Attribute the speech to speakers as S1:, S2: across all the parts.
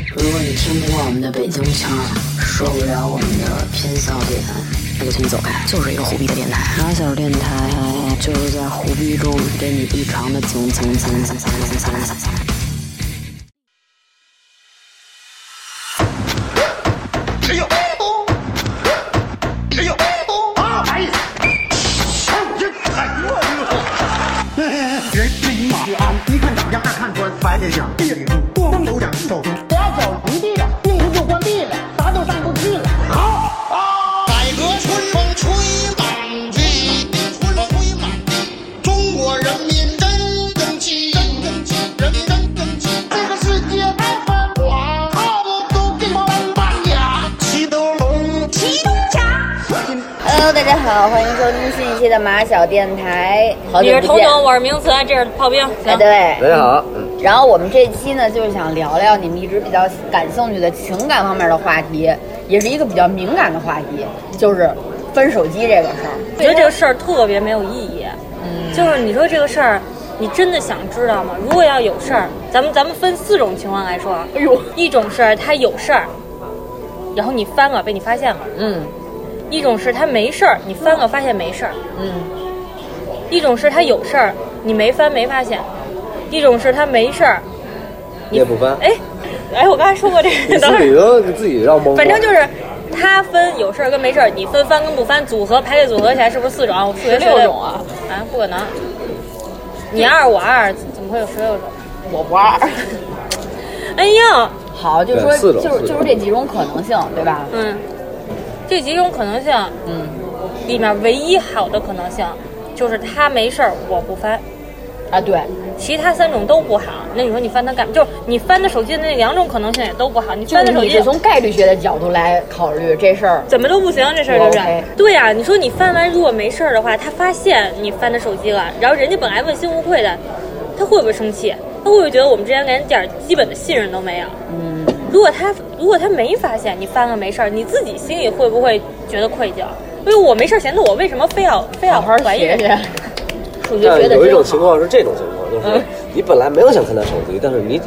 S1: 听不惯我们的北京腔儿，受不了我们的偏笑点，我就请你走开。就是一个虎逼的电台，马小电台就是在虎逼中给你异常的蹭蹭蹭蹭蹭蹭蹭蹭蹭。
S2: 哎呦！哎呦！啊！哎！哎，我这哎呦！哎，人是一马鞍，一看长相，二看穿，白脸相，地里住，光头长手中，
S3: 俩脚平地了，病毒就关闭了，啥都上不去了。
S4: 改革春风吹满地，春风吹满地，中国人民真争气，真争气，人民真争气。
S3: 这个世界太繁华，看的都金光斑牙。
S4: 齐德龙，
S3: 齐东强，
S5: Hello，大家好，欢迎收听新一期的马小电台，好
S6: 你
S5: 久
S6: 是
S5: 呃不
S6: 头
S5: 见。
S6: 等，我是名词，啊这是炮兵。
S5: 哎，
S6: 行，
S5: 对。
S7: 大家好，
S5: 然后我们这期呢，就是想聊聊你们一直比较感兴趣的情感方面的话题，也是一个比较敏感的话题，就是分手机这个事儿。
S6: 我觉得这个事儿特别没有意义。
S5: 嗯
S6: 就是你说这个事儿，你真的想知道吗？如果要有事儿，咱们咱们分四种情况来说。哎呦，一种是他有事儿，然后你翻了被你发现了；
S5: 嗯
S6: 一种是他没事儿，你翻了发现没事儿；
S5: 嗯，
S6: 一种是他有事儿，你没翻没发现；一种是他没事儿，
S7: 你也不翻，
S6: 哎，哎，我刚才说过这
S7: 你
S6: 个，等
S7: 自
S6: 会儿
S7: 己。都自己绕懵了。
S6: 反正就是他分有事儿跟没事儿，你分翻跟不翻，组合排列组合起来是不是四种啊？我数学六种啊？啊，不可能！你二我二，怎么会有十六种？啊
S5: 我不二。
S6: 哎呀，
S5: 好，就是
S7: 对
S5: 说
S7: 四，种
S5: 就是
S7: 四
S5: 就
S7: 种
S5: 是这几种可能性，对吧？
S6: 嗯，这几种可能性
S5: 嗯，
S6: 里面唯一好的可能性就是他没事儿我不翻，
S5: 啊对，
S6: 其他三种都不好。那你说你翻他干嘛？就是你翻他手机的那两种可能性也都不好，你
S5: 就
S6: 翻
S5: 是
S6: 他手
S5: 你
S6: 机
S5: 是。从概率学的角度来考虑这事儿。
S6: 怎么都不行，这事儿就是
S5: 我 OK。
S6: 对呀、你说你翻完如果没事儿的话，他发现你翻他手机了，然后人家本来问心无愧的，他会不会生气？他会不会觉得我们之间连点儿基本的信任都没有？
S5: 嗯，
S6: 如果他如果他没发现你翻了没事儿，你自己心里会不会觉得愧疚？因为我没事儿闲的，我为什么非要非要
S5: 好好
S6: 怀疑
S5: 学
S6: 人
S5: 学
S6: 家？。数学
S7: 但
S6: 学
S7: 是
S6: 的
S7: 有一
S6: 真
S7: 种
S6: 好
S7: 情。况是这种情况，就是你本来没有想看他手机，但是你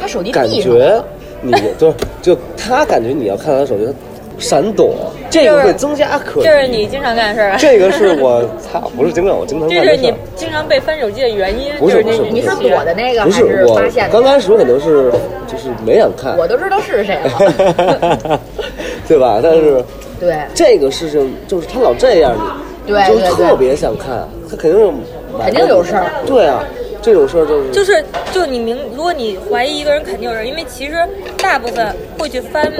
S5: 他手机
S7: 感
S5: 地上。
S7: 觉你就是就他感觉你要看他手机，他闪躲，这
S6: 就
S7: 个
S6: 是
S7: 会增加可疑。
S6: 这是你经常干的事儿。
S7: 这个 是我操，不是经常我经常
S6: 这
S7: 干
S6: 是
S7: 的事
S6: 你
S7: 儿。
S6: 经常被翻手机的原因，
S7: 不是
S6: 就
S7: 不是
S6: 是
S7: 不
S6: 你
S5: 你是躲的那个还
S7: 不是
S5: 是
S7: 我
S5: 发现的？
S7: 刚开始我可能是就是没想看，
S5: 我都知道是谁了。
S7: 对吧？但是
S5: 对，
S7: 这个事情就是他老这样，你
S5: 对
S7: 就
S5: 对
S7: 特别想看，他肯定是买
S5: 肯定有事儿
S7: 对啊，这种事儿就是
S6: 就是就你明，如果你怀疑一个人肯定有人，因为其实大部分会去翻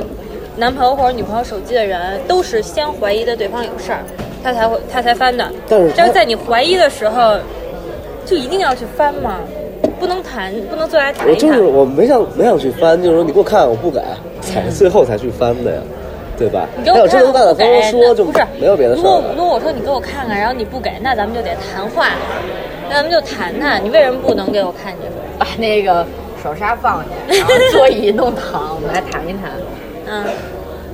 S6: 男朋友或者女朋友手机的人，都是先怀疑的对方有事儿，他才会他才翻的。
S7: 但是他
S6: 但是在你怀疑的时候，就一定要去翻嘛，不能谈，不能坐下来谈
S7: 我
S6: 一
S7: 就
S6: 谈。
S7: 是我没想没想去翻，就是说你给我看，我不改，才最后才去翻的呀，对吧？
S6: 你给
S7: 他有
S6: 我
S7: 真
S6: 看，
S7: 能大
S6: 我
S7: 大
S6: 不
S7: 方
S6: 给
S7: 方说，就
S6: 不是
S7: 没有别的
S6: 如
S7: 事儿
S6: 果
S7: 了。
S6: 如果我说你给我看看，然后你不给，那咱们就得谈话了。那咱们就谈谈，你为什么不能给我看见？
S5: 把那个手刹放下，然后座椅弄躺，我们来谈一谈。
S6: 嗯，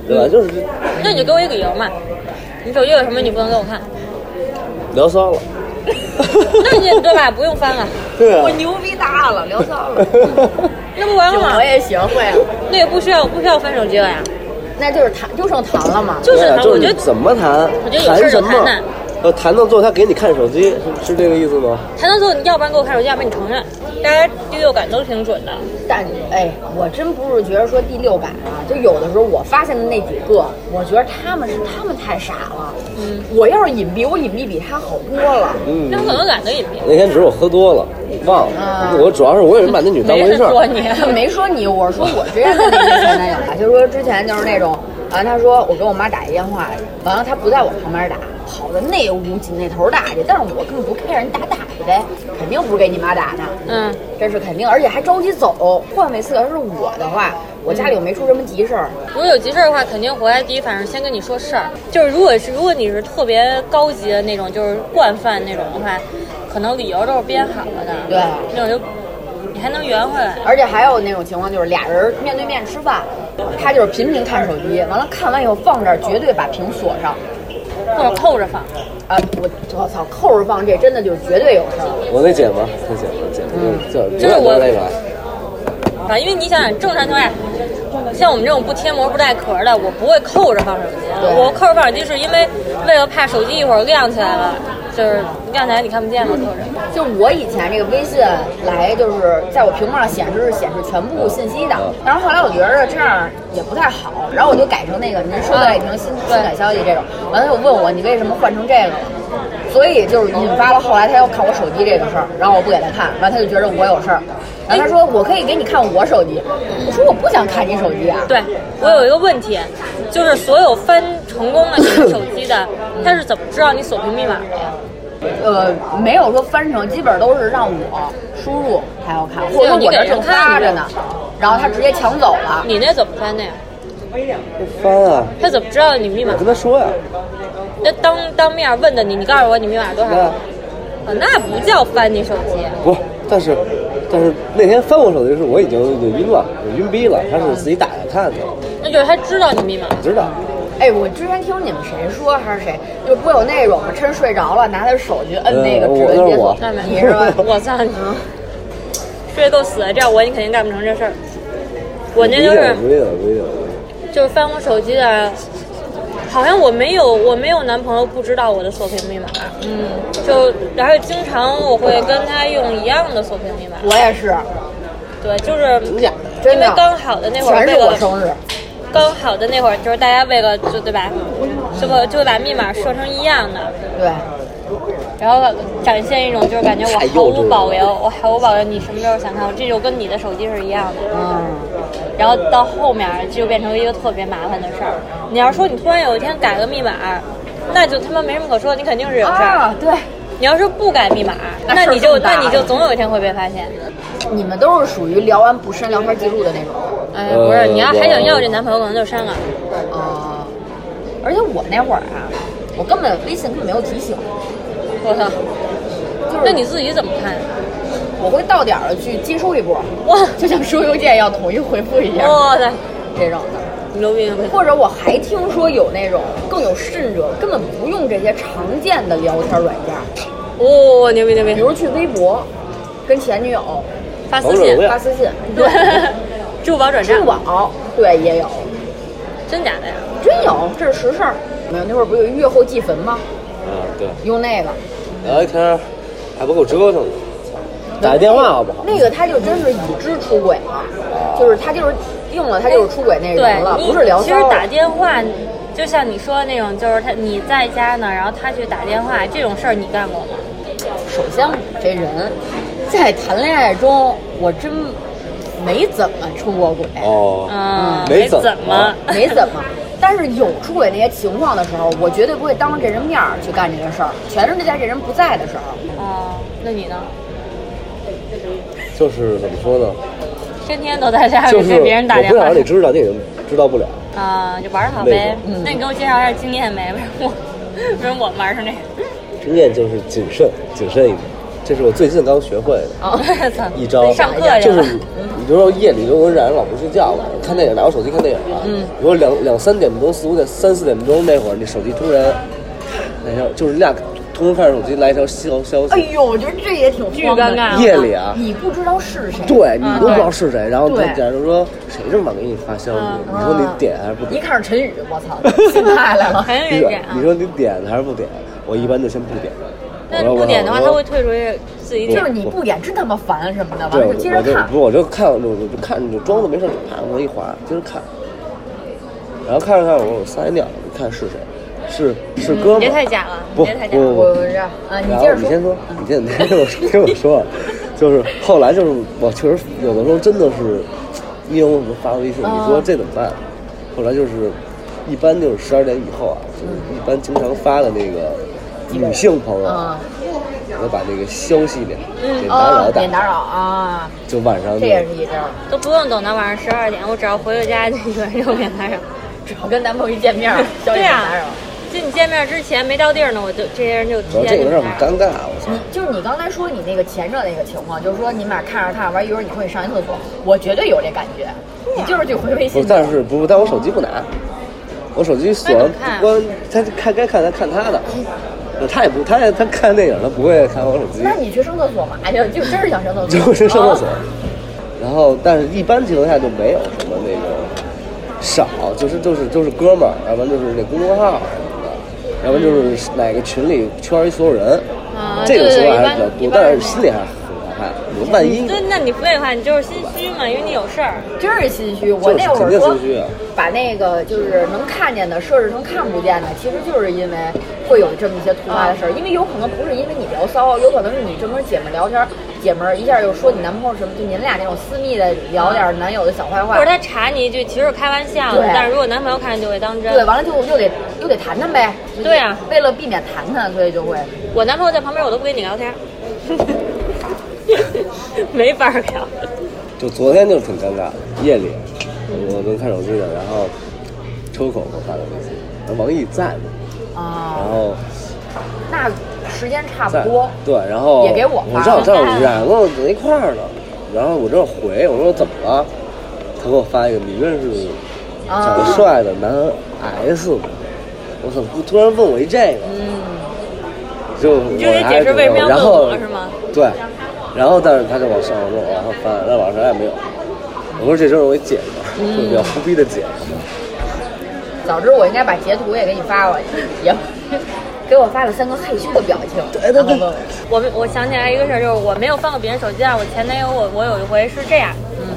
S7: 对吧？就是
S6: 那你就给我一个理由嘛。你手机有什么你不能给我看？
S7: 聊骚了，
S6: 那你对吧？不用翻了，
S7: 对啊，
S5: 牛逼大了，聊骚。
S6: 那不完了
S5: 我
S6: 吗？
S5: 也学会了，
S6: 那也不需要，不需要翻手机了呀。
S5: 那就是谈，就剩谈了嘛。
S6: 就是
S7: 对啊
S6: 他，
S7: 就
S6: 我
S7: 是
S6: 觉
S7: 你
S6: 得
S7: 怎么谈
S6: 我觉得，有事
S7: 谈
S6: 儿就
S7: 什
S6: 谈
S7: 么
S6: 谈？
S7: 呃，谈到最后他给你看手机，是是这个意思吗？
S6: 谈到最后，你要不然给我看手机，要不然你承认。大家第六感都挺准的，
S5: 但哎，我真不是觉得说第六感啊，就有的时候我发现的那几个，我觉得他们是他们太傻了。嗯，我要是隐蔽，我隐蔽比他好多了。
S7: 嗯
S6: 那，可能懒得隐蔽。
S7: 那天只是我喝多了，忘
S5: 啊
S7: 了。我主要是我也没把那女当
S6: 没
S7: 回
S6: 人
S7: 事儿。
S6: 说你，
S5: 没说你，我说我之前的那个前男友啊， 就是说之前就是那种啊，他说我给我妈打一电话，完了他不在我旁边打，跑到那屋紧那头打去，但是我根本不 care 你打打去呗，肯定不是给你妈打的，
S6: 嗯，
S5: 这是肯定，而且还着急走。换位思考，要是我的话，我家里又没出什么急事儿，
S6: 如果有急事儿的话，肯定回来第一反应先跟你说事儿。就是如果是如果你是特别高级的那种，就是惯犯那种的话，可能理由都是编好了的。
S5: 对，
S6: 那种就你还能圆回来。
S5: 而且还有那种情况就是俩人面对面吃饭，他就是频频看手机，完了看完以后放这儿，绝对把屏锁上。
S6: 或者扣着放，
S5: 啊，我我操，扣着放这真的就是绝对有事儿。
S7: 我那姐们儿，那姐们儿，姐们儿，就
S6: 嗯就是
S7: 永远都
S6: 我
S7: 是那个。
S6: 啊，因为你想想，正常情况下，像我们这种不贴膜不带壳的，我不会扣着放手机。
S5: 对
S6: 我扣着放手机是因为为了怕手机一会儿亮起来了，就是亮起来你看不见了，扣着。
S5: 就我以前这个微信来，就是在我屏幕上显示是显示全部信息的，然后后来我觉得这样也不太好，然后我就改成那个您收到一条新新改消息这种，完了他就问我你为什么换成这个了，所以就是引发了后来他要看我手机这个事儿，然后我不给他看，完了他就觉得我有事儿，然后他说我可以给你看我手机，我说我不想看你手机啊，
S6: 对我有一个问题，就是所有翻成功的你的手机的，它是怎么知道你锁屏密码的呀？
S5: 呃，没有说翻成，基本上都是让我输入他要看，或者
S6: 你
S5: 我
S6: 给
S5: 这
S6: 人
S5: 正
S6: 看
S5: 发
S6: 你
S5: 着呢，然后他直接抢走了。
S6: 你那怎么翻的呀？
S7: 翻啊！
S6: 他怎么知道你密码
S7: 我跟？他说呀、
S6: 那当当面问的你，你告诉我你密码多少？
S7: 那
S6: 啊，那不叫翻你手机。啊
S7: 不，但是但是那天翻我手机的时候，我已经有晕了，有晕逼了。他是自己打开看的，
S6: 那就是他知道你密码。
S7: 知道。
S5: 哎，我之前听你们谁说还是谁，就不有那种趁睡着了拿他手机摁那个
S7: 呃
S5: 指
S7: 我
S5: 纹解锁，
S6: 那没
S5: 你是吧？
S6: 我操你！睡够死了，这样我你肯定干不成这事儿。我那就
S7: 有
S6: 是
S7: 规定有规定。
S6: 就是翻我手机的，好像我没有我没有男朋友不知道我的锁屏密码，嗯，就然后经常我会跟他用一样的锁屏密码，
S5: 我也是，
S6: 对，就是
S5: 真
S6: 因为
S5: 的啊
S6: 刚好的那会儿
S5: 全
S6: 为
S5: 是我
S6: 了
S5: 生日，
S6: 刚好的那会儿就是大家为了就对吧，就会就会把密码设成一样的，
S5: 对，
S6: 然后展现一种就是感觉我
S7: 太
S6: 毫
S7: 幼稚
S6: 无
S7: 了
S6: 保留，我毫无保留，你什么时候想看我，这就跟你的手机是一样的。
S5: 嗯，
S6: 然后到后面这就变成一个特别麻烦的事儿。你要说你突然有一天改个密码，那就他妈没什么可说，你肯定是有事儿。
S5: 啊，对，
S6: 你要是不改密码，
S5: 那
S6: 那
S5: 事儿
S6: 你就
S5: 更大
S6: 那
S5: 了
S6: 你就总有一天会被发现。
S5: 你们都是属于聊完不删聊天记录的那种，
S6: 哎，
S7: 呃
S6: 不是，你要还想
S7: 我
S6: 要这男朋友，可能就 删了。
S5: 啊、而且我那会儿啊，我根本微信根本没有提醒，
S6: 我操，
S5: 就是
S6: 那你自己怎么看？
S5: 我会到点儿了去接收一波，
S6: 哇
S5: 就像收邮件要统一回复一样
S6: 哇塞，
S5: 这种的。
S6: 牛逼牛逼！
S5: 或者我还听说有那种更有甚者，根本不用这些常见的聊天软件，
S6: 哇，哦牛逼牛
S5: 比
S6: 逼！
S5: 如去微博，跟前女友
S6: 发私
S7: 王者
S6: 信
S7: 荣，耀
S5: 发私信，
S6: 对，支付宝转账
S5: 支付，宝对也有，
S6: 真假的呀？
S5: 真有，这是实事儿。没有，那会儿不是有月后祭坟吗？
S7: 啊，对，
S5: 用那个，
S7: 聊一天还不够折腾的，打个电话好不好？
S5: 那个他就真是已知出轨了，就是他就是用了，他就是出轨那人了，
S6: 对，
S5: 不是聊
S6: 其
S5: 骚
S6: 实
S5: 了。
S6: 打电话，就像你说的那种，就是他你在家呢，然后他去打电话，这种事儿你干过吗？
S5: 首先，我这人在谈恋爱中，我真没怎么出过轨。
S7: 哦，
S6: 嗯，
S7: 没
S6: 怎
S7: 怎
S6: 么
S7: 么，啊
S5: 没怎么。但是有出轨那些情况的时候，我绝对不会当着这人面儿去干这件事儿，全是在这人不在的时候。
S6: 哦，那你呢？
S7: 就是怎么说呢？
S6: 天天都在家
S7: 就
S6: 里
S7: 是
S6: 给别人打
S7: 我
S6: 电
S7: 不想
S6: 话
S7: 让你知道，你也知道不了。
S6: 啊，就玩儿好
S7: 那
S6: 呗
S7: 种。
S5: 嗯
S6: 那你给我介绍一下经验呗，不是我，不是我玩成这
S7: 经验就是谨慎，谨慎一点，这是我最近刚学会的。
S5: 哦
S6: 样， 操
S7: 一招
S6: 上课去
S7: 就
S6: 了
S7: 是。你，你比如说夜里如果染上老不睡觉了，看电影，拿我手机看电影啊，嗯，如果两两三点钟、四五点、三四点钟那会儿，你手机突然，那条就是你俩同时看着手机来一条消消
S5: 哎
S7: 息，
S5: 呦，我觉得这也挺
S6: 巨
S5: 慌的
S6: 尴尬，嗯
S7: 夜里啊，
S5: 你不知道是谁，
S7: 对你都不知道是谁，然后他
S5: 对
S7: 假如说谁这么晚给你发消息，
S6: 嗯
S7: 你说你点还是不
S5: 一
S7: 点？
S5: 看是陈宇，我操，心态来 了。
S6: 很有人
S7: 你说
S6: 点啊
S7: 你。说你点还是不点？我一般就先不点。
S6: 那
S7: 我说
S6: 不点的话，
S7: 我
S6: 他
S7: 说
S6: 会退出去自己
S5: 就
S6: 点
S5: 是。你不演真他妈烦什么的，完
S7: 对，
S5: 了
S7: 我
S5: 就接着
S7: 就
S5: 看。
S7: 不，我就看，我就看，你就装作没事，啪，我一滑，接着看，然后看着看着，我我撒一尿，你看是谁？是是哥们儿？
S6: 嗯别太假了，
S7: 不
S6: 别太假
S7: 不
S6: 了。
S7: 不
S5: 我
S7: 不。
S5: 这样啊，你
S7: 然
S5: 接着
S7: 后你
S5: 说。
S7: 先说，你先你先听我说，听我说，啊就是后来就是我确实有的时候真的是，因为我们发微信，你
S6: 嗯
S7: 说这怎么办？后来就是，一般就是十二点以后啊，就是一般经常发的那个女性朋友啊，
S5: 啊，
S6: 嗯
S7: 我把那个消息点点打
S5: 哦
S7: 扰，
S5: 点打
S7: 打，
S5: 扰啊，
S7: 就晚上
S5: 这
S7: 就
S5: 也是一招。
S6: 都不用等到晚上十二点，我只要回到家就一碗肉面打扰。
S5: 只要跟男朋友一见面儿，消息
S6: 对
S5: 点
S6: 啊
S5: 打扰。
S6: 就你见面之前没到地儿呢，我就这些人就
S7: 主要
S6: 提
S7: 这
S6: 前
S7: 个有
S6: 就
S7: 点
S6: 来
S7: 很尴尬，我操！
S5: 你就是你刚才说你那个前者那个情况，就是说你们俩看着看着完，一会儿你会上一厕所，我绝对啊有这感觉。你就是去回微
S7: 不
S5: 信
S7: 是，，但是不，但我手机不拿，我手机锁
S6: 那
S7: 上
S6: 你
S5: 啊
S6: 看
S7: 不关，他看该看他看他的，他也不他也他看电影，他不会看我手机，
S5: 嗯那你去上厕所嘛去？ 就真是想上厕所，
S7: 就是上厕所
S5: 啊。
S7: 然后，但是一般情况下就没有什么那个少，就是就是就是哥们儿，要不然就是这公众号什么的，要不然就是哪个群里圈一所有人，
S6: 啊
S7: 这个
S6: 对
S7: 情况
S6: 一
S7: 还
S6: 般
S7: 是比较
S6: 一
S7: 多，
S6: 般
S7: 但
S6: 是
S7: 是心里还很害怕，有万一
S6: 对，那你废话，你就是心虚嘛，因为你有事儿。
S5: 真是心虚。我那会儿
S7: 肯定
S5: 说
S7: 心虚啊，
S5: 把那个就是能看见的设置成看不见的，其实就是因为会有这么一些突发的事
S6: 啊
S5: 儿，因为有可能不是因为你聊骚，有可能是你正跟姐们儿聊天儿，姐们儿一下又说你男朋友什么，就你们俩那种私密的聊
S6: 啊
S5: 点儿男友的小坏话
S6: 或者，他查你一句，其实是开玩笑的
S5: 对，
S6: 但是如果男朋友看见就会当真。
S5: 对，完了就又得又得谈谈呗。就是
S6: 对啊
S5: 为了避免谈谈，所以就会
S6: 我男朋友在旁边，我都不跟你聊天， 没法聊。
S7: 就昨天就挺尴尬的，夜里我正看手机呢，然后抽口给我发的微信，然后王毅在吗？然
S5: 啊，
S7: 后
S5: 那时间差
S7: 在
S5: 不多。
S7: 对，然后
S5: 也给我发
S7: 我正好正
S6: 哎
S7: 好然后在一块儿呢，然后我正好回，我说怎么了？他给我发一个你认识
S6: 啊
S7: 长得帅的男 S 吗？我操！突然问我一这个，就
S6: 嗯你就得解释为什么要
S7: 然
S6: 问
S7: 后
S6: 我是吗？
S7: 对，然后但是他就往上弄，然后翻，那网上也没有。我说这就是我一姐们
S6: 嗯
S7: 儿，就比较胡逼的姐们儿。
S5: 早知我应该把截图也给你发过去，也给我发了三个害羞的表情，
S7: 对对
S5: 然后问我
S6: 我们我想起来一个事儿，就是我没有翻过别人手机啊。我前男友我我有一回是这样，嗯，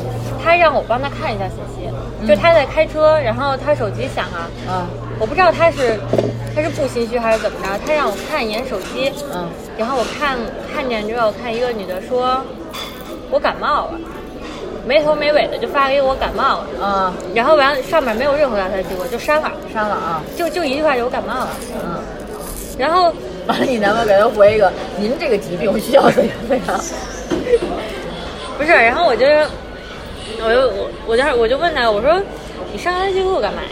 S6: 他让我帮他看一下信息，
S5: 嗯
S6: 就是他在开车，然后他手机响啊，
S5: 啊，
S6: 我不知道他是他是不心虚还是怎么着，他让我看一眼手机，
S5: 嗯，
S6: 然后我看看见之后，看一个女的说，我感冒了，没头没尾的就发给我感冒了，
S5: 啊，
S6: 然后完了上面没有任何聊天记录，就删了，
S5: 删了啊，
S6: 就就一句话就我感冒了，
S5: 嗯，
S6: 然后
S5: 完了你男朋友给他回一个，您这个疾病需要啊怎样怎样，
S6: 不是，然后我就，我就我我就我就问他，我说你上来记录干嘛呀？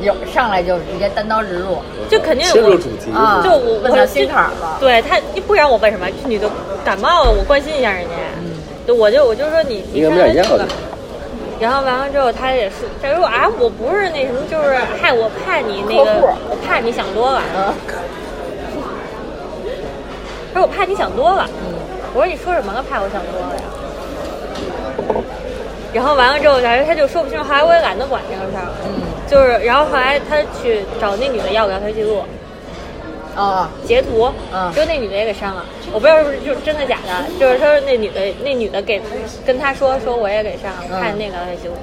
S5: 有上来就直接单刀直入
S6: 就肯定
S7: 切
S6: 我
S7: 入主题，
S5: 啊，
S6: 就我
S5: 问
S6: 我
S5: 到
S6: 就
S5: 心坎儿了，
S6: 对他，不然我问什么？这女的感冒了，我关心一下人家。对，我就我就说你
S7: 应
S6: 你
S7: 该
S6: 上
S7: 没
S6: 来
S7: 点
S6: 记
S7: 要
S6: 录
S7: 领
S6: 干嘛？然后完了之后，他也是，他说啊，我不是那什么，就是害我怕你那个
S5: 客户，
S6: 我怕你想多了。
S5: 嗯，
S6: 他说我怕你想多了。我说你说什么了？怕我想多了呀？然后完了之后，反正他就说不清，后来我也懒得管这个事儿了。嗯，就是，然后后来他去找那女的要聊天记录，
S5: 啊，
S6: 截图，
S5: 嗯
S6: 就那女的也给删了。我不知道是不是就是真的假的，就是说那女的那女的给跟他说说我也给删了，
S5: 嗯
S6: 看那个聊天记录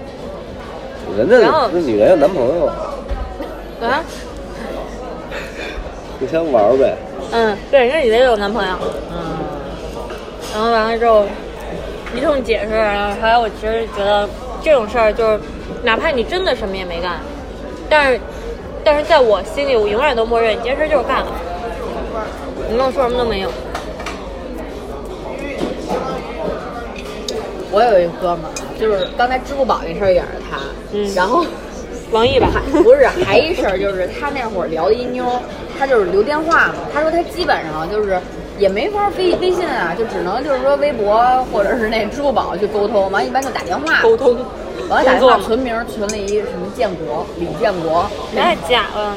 S7: 人家
S6: 然后
S7: 那女人有男朋友，
S6: 啊，
S7: 互相玩儿呗。
S6: 嗯，对，那女的有男朋友。
S5: 嗯，
S6: 然后完了之后一通解释，然后后来我其实觉得这种事儿就是，哪怕你真的什么也没干，但是但是在我心里，我永远都默认你这事儿就是干了，你跟我说什么都没有。
S5: 我有一哥们儿，就是刚才支付宝那事儿也是他，
S6: 嗯
S5: 然后。
S6: 王毅吧，
S5: 不是，还一事儿就是他那会儿聊的一妞儿，他就是留电话嘛。他说他基本上就是也没法微微信啊，就只能就是说微博或者是那支付宝去沟通，完一般就打电话。
S6: 沟 通，
S5: 完了打电
S6: 工作
S5: 话
S6: 嘛，
S5: 存名儿存了一什么建国李建国，
S6: 那假了，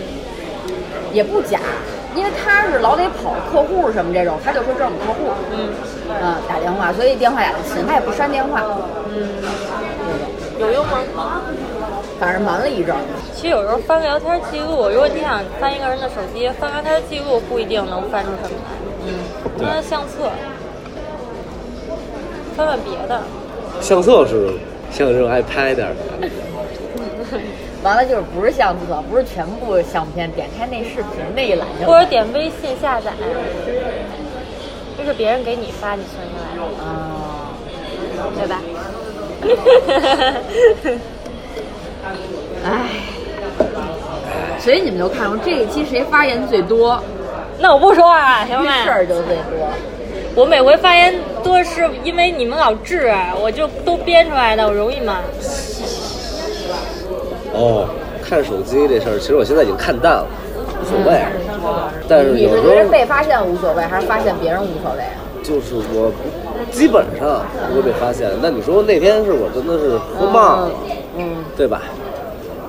S5: 也不假，因为他是老得跑客户什么这种，他就说这是我们客户，
S6: 嗯，
S5: 嗯，打电话，所以电话打的勤，他也不删电话，
S6: 有用吗？
S5: 反正忙了一阵儿。
S6: 其实有时候翻聊天记录，如果你想翻一个人的手机，翻聊天记录不一定能翻出什么来，嗯，翻翻相册，翻翻别的。
S7: 相册是像这种爱拍点儿的，
S5: 完了就是不是相册，不是全部相片，点开那视频那一栏就
S6: 或者点微信下载，就是别人给你发，你存下来，
S5: 啊。
S6: 对 吧？
S5: 唉，所以你们都看过这一期谁发言最多，
S6: 那我不说话啊，行
S5: 遇事
S6: 吗？
S5: 儿就最多。
S6: 我每回发言多是因为你们老治，我就都编出来的，我容易吗？
S7: 哦，看手机这事儿，其实我现在已经看淡了，无所谓。
S5: 嗯
S7: 但是
S5: 你
S7: 有
S5: 是
S7: 时
S5: 觉得
S7: 候
S5: 被发现无所谓，还是发现别人无所谓？
S7: 就是我基本上不会被发现。那你说那天是我真的是喝冒了，
S5: 嗯，
S7: 对吧？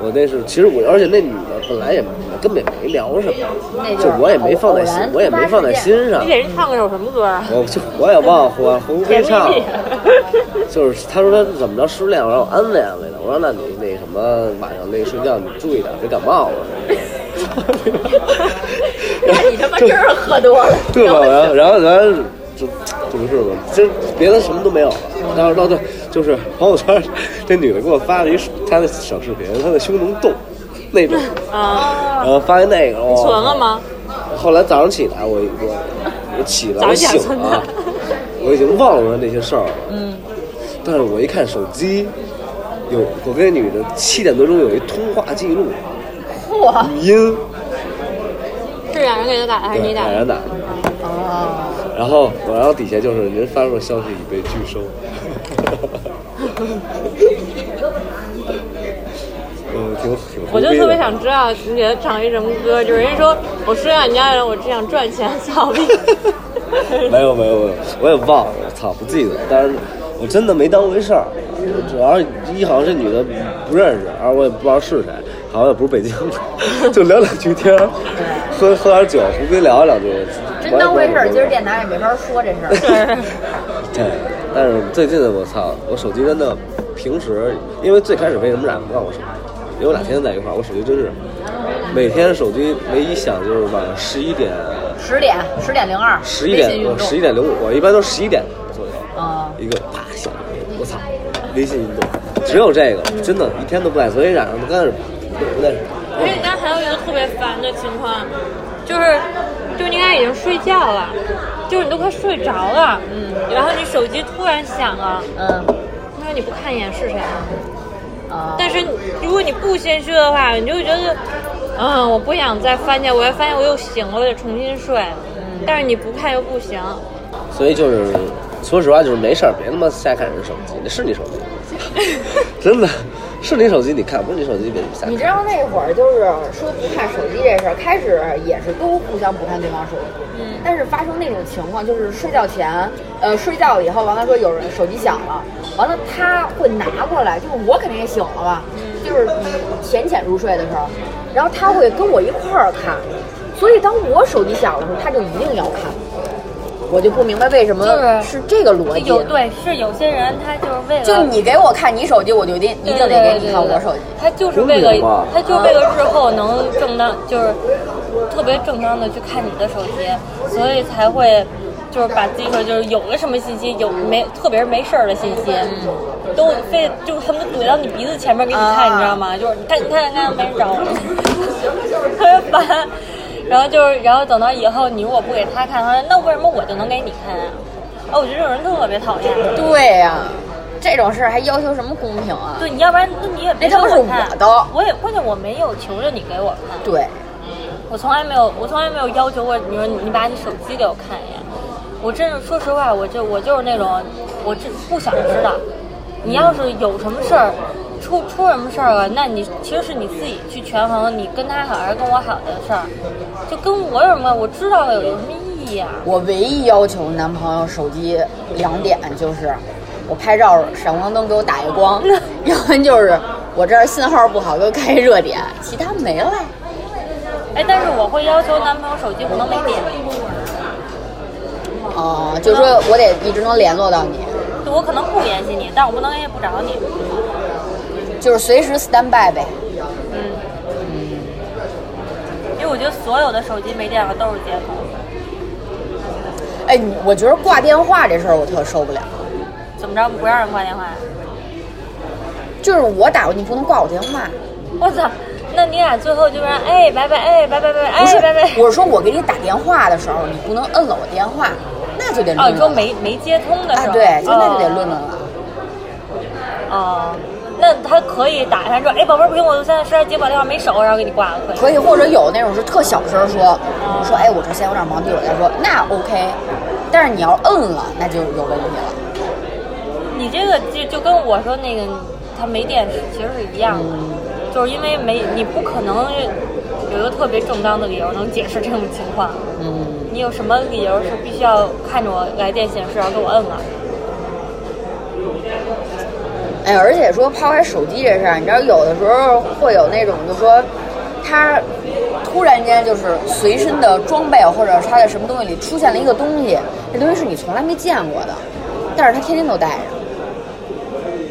S7: 我那是，其实我，而且那女的本来也根本也没聊什么，
S5: 那就是
S7: 就我也没放在心
S5: 偶然，
S7: 我也没放在心上
S6: 你。给人唱了首什么歌啊？
S7: 我就我也忘了，我红 黑唱
S6: 甜蜜蜜
S7: 就是他说他怎么着失恋，我让我安慰安慰他。我说那你那什么晚上那睡觉你注意点，别感冒了。
S5: 那你他妈真是喝多了，
S7: 对吧？然后然后咱就就不是吧，就别的什么都没有了。然后到对，就是朋友圈，这女的给我发了一她的小视频，她的胸能动 那种，
S6: 啊，
S7: 然后发现那个，
S6: 存
S7: 我
S6: 了吗？
S7: 后来早上起来，我我我起来，
S6: 早上
S7: 我
S6: 起来
S7: 醒
S6: 存
S7: 了
S6: 的，
S7: 我已经忘了那些事儿了。嗯，但是我一看手机，有我跟那女的七点多钟有一通话记录，
S5: 嚯！
S7: 语音。
S6: 是冉冉给他打的还是你
S7: 对，
S6: 打哦的？
S7: 两人打。然后，然后底下就是您发出的消息已被 拒收。嗯，挺挺
S6: 我
S7: 胡
S6: 就
S7: 逼
S6: 特别
S7: 的。
S6: 想知道你给他唱一什么歌，就是人家说我失恋你家人，我只想赚钱，操你！
S7: 没有没有没有，我也忘了，我操，不记得。但是我真的没当回事儿，主要是一好像这女的不认识，二我也不知道是谁，好像也不是北京的，就聊两句天儿，喝喝点酒，胡逼聊两句。
S5: 真当回事
S7: 我
S5: 儿，
S7: 也不知道怎么
S5: 今儿电台也没法说这事儿。
S7: 对，但是最近我操，我手机真的平时，因为最开始为什么染不让我手机，因为我俩天天在一块儿，我手机真是每天手机唯一响就是晚上十一点、
S5: 十点，十点零二，
S7: 十一
S5: 微信
S7: 点、
S5: 运
S7: 我
S5: 动
S7: 十一点零五，我一般都十一点左右
S5: 啊，
S7: 一个啪响，我操，微信运动，只有这个真的，一天都不赖，所以染上刚开始不赖，
S6: 而且刚才还有一个特别烦的情况，就是就是你俩已经睡觉了，就是你都快睡着了，嗯，然后你手机突然响了，
S5: 嗯
S6: 他说你不看一眼是谁啊？
S5: 啊，
S6: 但是如果你不心虚的话，你就会觉得，嗯，我不想再翻去，我要翻去我又醒了，我得重新睡。但是你不看又不行，
S7: 所以就是说实话，就是没事儿，别他妈瞎看人手机，那是你手机。真的是你手机，你看不是你手机，别瞎看
S5: 你知道那会儿就是说不看手机这事儿，开始也是都互相不看对方手机，嗯，但是发生那种情况就是睡觉前，呃，睡觉了以后，完了说有人手机响了，完了他会拿过来，就是我肯定也醒了吧，
S6: 嗯
S5: 就是浅浅入睡的时候，然后他会跟我一块儿看，所以当我手机响的时候，他就一定要看，我就不明白为什么
S6: 就是
S5: 是这个逻辑，
S6: 有对是有些人他就是为了
S5: 就你给我看你手机，我就一定一定得给你看我手机。啊
S6: 他就是为
S7: 真的吗
S6: 了他就是为了日后能正当就是特别正当的去看你的手机，所以才会就是把自己说就是有了什么信息，有没特别是没事儿的信息，
S5: 嗯
S6: 都非就恨不得怼到你鼻子前面给你看，
S5: 啊
S6: 你知道吗？就是你看你看你看没人找我， 特别烦。然后就是，然后等到以后你如果不给他看，他说那为什么我就能给你看啊？啊，我觉得这种人特别讨厌。
S5: 对呀、这种事儿还要求什么公平啊？
S6: 对，你要不然那你也别
S5: 那他
S6: 让
S5: 哎不是
S6: 我看
S5: 我的
S6: 我也关键我没有求着你给我看，
S5: 对，
S6: 我从来没有，我从来没有要求过你说你你把你手机给我看一眼。我真是说实话，我就我就是那种，我这不想知道。你要是有什么事儿，出出什么事儿了，那你其实是你自己去权衡，你跟他好还是跟我好的事儿，就跟我有什么，我知道了有有什么意义啊？
S5: 我唯一要求男朋友手机两点就是，我拍照闪光灯给我打一 光，要不然就是我这儿信号不好给我开一热点，其他没了。
S6: 哎，但是我会要求男朋友手机不能没电，
S5: 哦、就说我得一直能联络到你，
S6: 就我可能不联系你，但我不能也不找你。
S5: 就是随时 stand by 呗。
S6: 嗯因为我觉得所有的手机没电了都是借口。
S5: 哎，你我觉得挂电话这事儿我特受不了，
S6: 怎么着不让人挂电话？
S5: 就是我打过你不能挂我电话，
S6: 我操！那你俩最后就让哎拜拜哎拜拜拜拜
S5: 不是
S6: 哎拜拜。
S5: 我是说我给你打电话的时候你不能摁了我电话，那就得
S6: 哦，
S5: 论
S6: 你说
S5: 了。
S6: 没没接通的
S5: 啊
S6: 时，候，
S5: 对，就那就得
S6: 哦
S5: 论论了。
S6: 哦。那他可以打他说，哎，宝贝儿，不行，我现在实在接不了电话，没手，然后给你挂了，可
S5: 可
S6: 以。
S5: 以，或者有那种是特小声说，我说哎，我这现在有点忙，对我来说那 OK，但是你要摁了，那就有问题了。
S6: 你这个就就跟我说那个他没电是其实是一样的，就是因为没你不可能有一个特别正当的理由能解释这种情况。
S5: 嗯，
S6: 你有什么理由是必须要看着我来电显示，然后给我摁了？
S5: 哎，而且说抛开手机这事儿，你知道有的时候会有那种，就说他突然间就是随身的装备啊或者是他的什么东西里出现了一个东西，这东西是你从来没见过的，但是他天天都带着。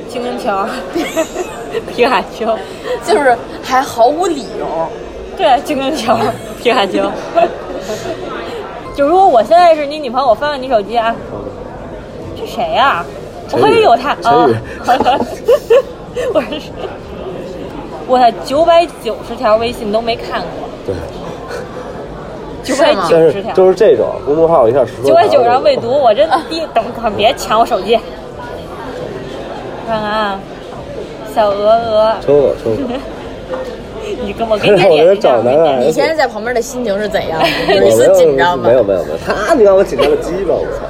S6: 精灵球、 皮卡丘，
S5: 就是还毫无理由。
S6: 对，精灵球、皮卡 丘。就如果我现在是你女朋友，我翻翻你手机啊，是谁呀、我
S7: 陈宇
S6: 还以为有他
S7: 陈
S6: 啊
S7: 宇，
S6: 我是，我才九百九十条微信都没看过，
S7: 对，
S6: 九百
S5: 吗
S7: 但
S6: 九十
S7: 是
S6: 条，
S7: 就是这种公众号一下十多
S6: 九百九
S7: 条
S6: 十条未读，我真第等等别抢我手机，看看啊，小鹅鹅，
S7: 抽我抽我。
S6: 你跟我给
S7: 可
S6: 你
S7: 是我
S6: 点
S7: 在
S6: 一下
S7: 找，男孩
S5: 你
S7: 子
S5: 现，在在旁边的心情是怎样？
S7: 我
S5: 有一丝
S7: 没有
S5: 紧张吗
S7: 没？有没有没有，他你让我紧张个鸡巴，我操！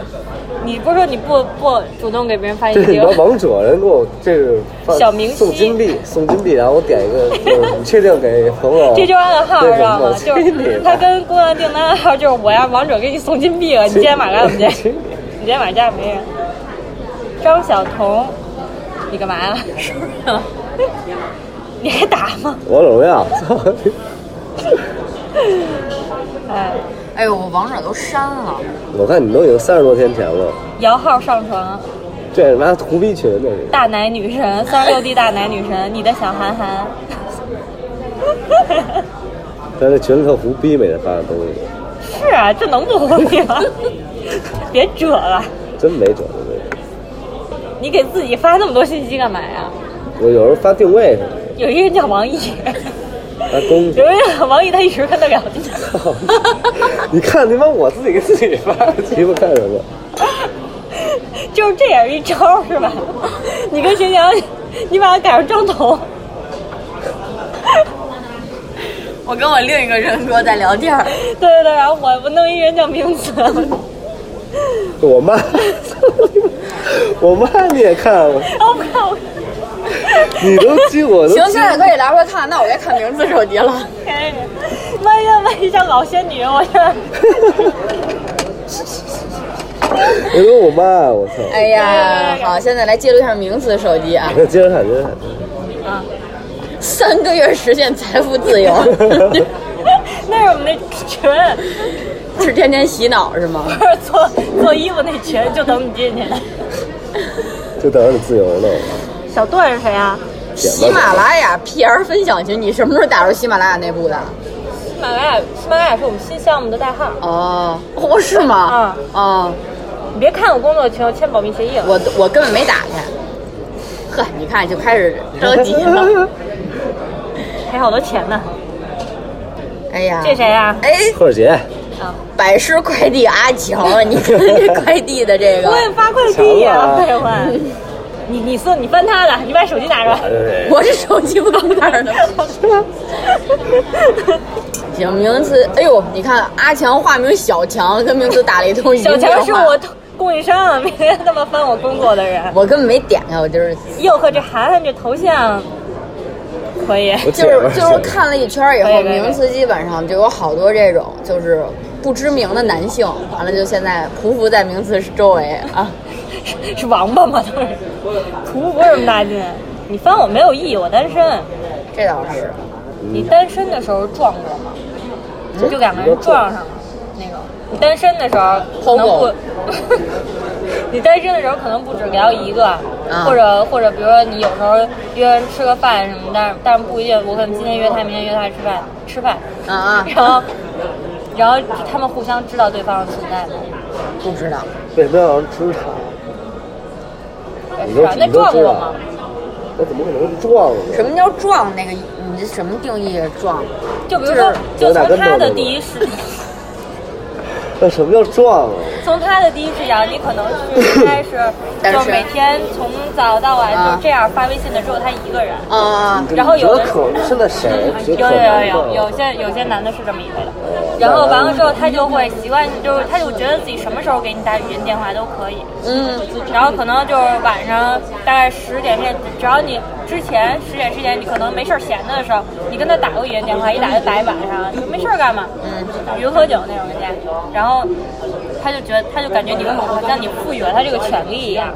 S6: 你不是说你不不主动给别人发
S7: 这
S6: 信
S7: 是
S6: 息
S7: 你
S6: 吗
S7: 知道？王者人给我这是发
S6: 哎小明
S7: 送
S6: 星？
S7: 金币，送金币，然后我点一个，就是你确定给朋友
S6: 这就是暗号，
S7: 对
S6: 知道
S7: 我
S6: 吗？
S7: 去
S6: 就是
S7: 你
S6: 他
S7: 的
S6: 跟姑娘订单暗号，就是我要王者给你送金币了，你今天晚上怎么接？
S7: 去你
S6: 你今天晚上家里没人。张晓彤，你干嘛呀？ 是不是？你还打吗？
S7: 王者荣耀， 操
S6: 哎，
S5: 哎呦，我王者都删了。
S7: 我看你都已经三十多天前了，
S6: 摇号上传，
S7: 这他妈胡逼群这是。
S6: 大奶女神，三十六 D 大奶女神，你的小韩寒。
S7: 但是群里头胡逼每天发的东西，
S6: 是啊，这能不红吗？ 别扯了，
S7: 真没辙的这
S6: 你给自己发那么多信息干嘛呀？
S7: 个。我有时候发定位什么的，
S6: 有一个人叫王毅，
S7: 发公
S6: 有人叫王毅，他一直跟他聊天。
S7: 主，你看你妈我自己给自己发的，鸡巴干什么？
S6: 就是这也是一招是吧？ 你跟徐娘，你把他改成张彤，
S5: 我跟我另一个人说在聊天儿，
S6: 对对对，然后我我弄一人叫名字， 哦然
S7: 我妈， 我妈你也看，我
S6: 后我看我
S7: 你都记我都
S5: 行，
S7: 记
S5: 现在可以来回看，那我该看名字手机了。
S6: 天人，哎万一万一像老仙女，我这
S7: 我说我妈， 我操！
S5: 哎呀，好，现在来揭露一下名词手机啊，
S7: 那接着看，接着看。
S5: 三个月实现财富自由，
S6: 那是我们那群，
S5: 是天天洗脑是吗？
S6: 不是做做衣服那群，就等你进去。
S7: 就等着你自由呢。
S6: 小段是谁啊？
S7: 点
S5: 喜马
S7: 吧，
S5: 拉雅 PR 分享群，你什么时候打入喜马拉雅内部的？
S6: 喜马拉雅，喜马拉雅是我们新项目的代号。啊
S5: 哦，哦，是吗？哦，
S6: 你别看我工作群，我签保密协议了。
S5: 我我根本没打开。呵，你看就开始着急了。
S6: 还有好多钱呢。
S5: 哎呀，
S6: 这谁啊呀、
S5: 哎，
S7: 贺儿姐，
S5: 百世快递阿强，你看这快递的这
S6: 我也
S5: 个，
S6: 发快递呀、
S7: 强啊
S6: 废话。 你你送你翻他的，你把手机拿出来。
S5: 我是手机不能看的。行，名词，哎呦，你看阿强化名小强，跟名词打了一通语音
S6: 小强是
S5: 电话
S6: 我供应商，每天他妈翻我工作的人。
S5: 我根本没点开，我就是
S6: 哟呵，这涵涵这头像可以。
S7: 我姐
S5: 就是
S7: 们儿
S5: 就是看了一圈儿以
S6: 可以
S5: 后，
S6: 可以
S5: 名词基本上就有好多这种就是不知名的男性，完了就现在匍匐在名词周围啊。
S6: 是是王八吗？都是 图不是什么大劲。你翻我没有意义，我单身。
S5: 这倒是，
S6: 你单身的时候撞过吗？
S7: 嗯
S6: 就两个人撞上了，那种。你单身的时候可能不
S5: 偷，
S6: 你单身的时候可能不止聊一个，
S7: 啊
S6: 或者或者比如说你有时候约人吃个饭什么，但是但是不一定，我可能今天约他，明天约他吃饭吃饭，
S5: 啊啊，
S6: 然后然后他们互相知道对方的存在吗？
S5: 不知道，
S7: 为什么要让知道？你
S6: 是
S7: 都
S6: 吧？那
S7: 你都
S6: 撞
S7: 知
S6: 过
S7: 道
S6: 吗？，
S7: 那怎么可能撞
S5: 什
S7: 呢？
S5: 么叫撞？那个你什么定义撞？
S6: 就比如说，就
S7: 就是有点
S6: 从
S7: 跟
S6: 他
S7: 斗
S6: 的
S7: 争
S6: 第一 视，
S7: 那什么叫撞啊？
S6: 从他的第一视角，你可能是应该 是
S5: 单
S6: 就
S5: 身
S6: 每天从早到晚
S5: 啊
S6: 就这样发微信的只有他一个人。
S5: 啊啊，
S6: 然后
S7: 你觉
S6: 有
S7: 得
S6: 的
S7: 可现在谁？
S6: 有
S7: 觉得
S6: 有
S7: 可
S6: 有有
S7: 能
S6: 有
S7: 撞
S6: 些有些男的是这么以为的，
S7: 哦
S6: 然后完了之后他就会习惯，就是他就觉得自己什么时候给你打语音电话都可以，
S5: 嗯，
S6: 然后可能就是晚上大概十点这，只要你之前十点十点你可能没事儿闲的时候，你跟他打个语音电话，一打就打一晚上，就没事儿干嘛，嗯，云喝酒那种人家，然后他就觉得他就感觉你好像你赋予了他这个权利一样，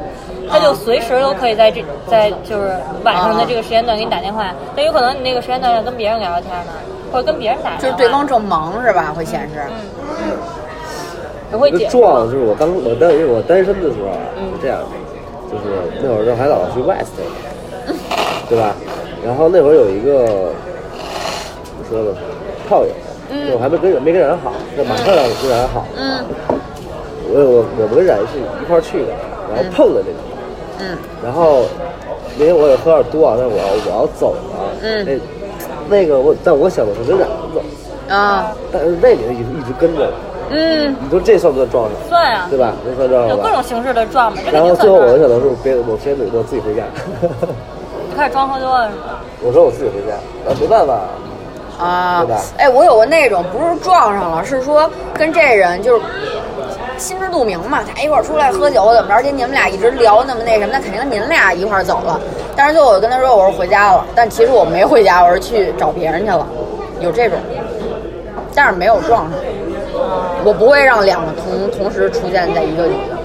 S6: 他就随时都可以在这在就是晚上的这个时间段给你打电话，但有可能你那个时间段要跟别人聊聊天呢，或者跟别人打电话，
S5: 就是对方正忙是吧？会显示，
S6: 不会
S7: 就
S6: 解释
S7: 撞，就是我刚我单我单身的时候啊，是这样的，就是那会儿正还老去 West，对吧？然后那会儿有一个怎么说呢，炮友，那我还没跟没跟冉好，那马上要跟冉好，嗯，我我我们跟冉是一块儿去的，然后碰了这个，
S5: 嗯，
S7: 然后那天我也喝点多啊，但我要我要走了，
S5: 嗯
S7: 那那个我但我想的是跟冉走，
S5: 啊，
S7: 但是那里头一直一直跟着我，
S5: 嗯，
S7: 你说这算不算撞上？
S6: 算啊
S7: 对，吧？那算撞
S6: 有
S7: 上
S6: 各
S7: 吧。
S6: 种形式的撞嘛，这肯定
S7: 然后
S6: 算
S7: 最后我
S6: 撞。
S7: 就想的是，别我先得我自己回家。
S6: 你开始装喝多啊了是吗？
S7: 我说我自己回家，那没办法，
S5: 啊
S7: 对吧，
S5: 哎，我有过那种不是撞上了，是说跟这人就是心知肚明嘛，他一块儿出来喝酒怎么着，而且你们俩一直聊那么那什么，那肯定您俩一块儿走了。但是最后我跟他说我是回家了，但其实我没回家，我是去找别人去了，有这种，但是没有撞上。我不会让两个同同时出现在一个女的。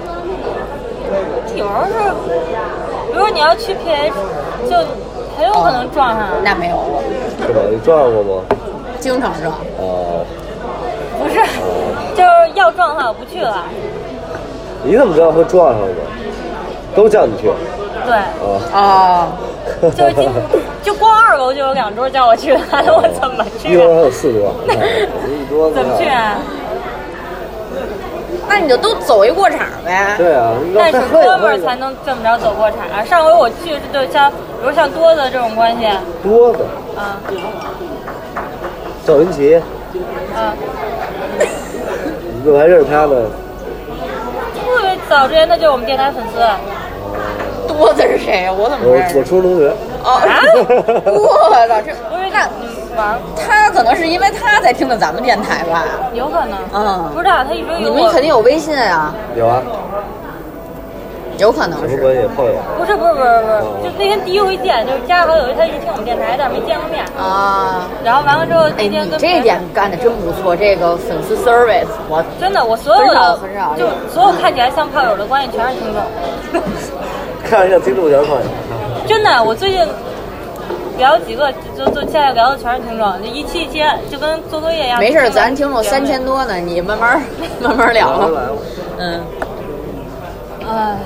S6: 有时候是，比如说你要去 PH，就很有可能撞上。啊
S5: 那没有过，
S7: 是吧？你撞过吗？
S5: 经常撞。
S7: 啊、
S6: 不是，就是要撞的话我不去了。
S7: 你怎么知道会撞上的？都叫你去
S6: 对，
S7: 啊？
S5: 哦，
S6: 就是今就光二楼就有两桌叫我去的， 我怎么
S7: 一
S6: 去
S7: 桌还
S6: 啊？
S7: 有 四桌，你看这一桌子
S6: 怎么去啊？
S5: 那你就都走一过场呗。
S7: 对啊，
S6: 但是哥们儿才能这么着走过场。啊上回我去就像，比如像多子这种关系，
S7: 桌子，
S6: 啊
S7: 赵云奇，
S6: 啊，
S7: 你怎么还认识他呢？
S6: 特别早之前他就是我们电台粉丝，啊
S5: 多的是谁呀？我怎么
S7: 我
S5: 不认识
S7: 我？初中同学，
S5: 哦， 我操，这
S6: 不是
S5: 那
S6: 嗯玩儿
S5: 他可能是因为他才听的咱们电台吧？
S6: 有可能，
S5: 嗯
S6: 不知道他一直
S5: 你
S6: 有
S5: 们
S6: 我
S5: 肯。定有微信啊，
S7: 有啊，
S5: 有可能
S7: 什么
S5: 是。
S7: 关系？炮友。
S6: 不是不是不是不是，就那天第一回见，就是加上好友，他一直听我们电台，但是没见过面。
S5: 啊，
S6: 然后完了之后，那
S5: 哎，你
S6: 天跟别
S5: 这
S6: 人
S5: 点干的真不错，这个粉丝 service，我
S6: 真的，我所有
S5: 很少
S6: 的
S5: 很少
S6: 就所有看起来像炮友的关系全是听众，
S7: 看着像听众像炮友，
S6: 真的，我最近。聊几个，就就现在聊的全是听众，就一期一期就跟做作业一样。
S5: 没事儿，
S6: 就
S5: 咱听众三千多呢，你慢慢 慢慢聊
S7: 聊得
S5: 吧。
S7: 来吗？
S5: 嗯，
S6: 哎，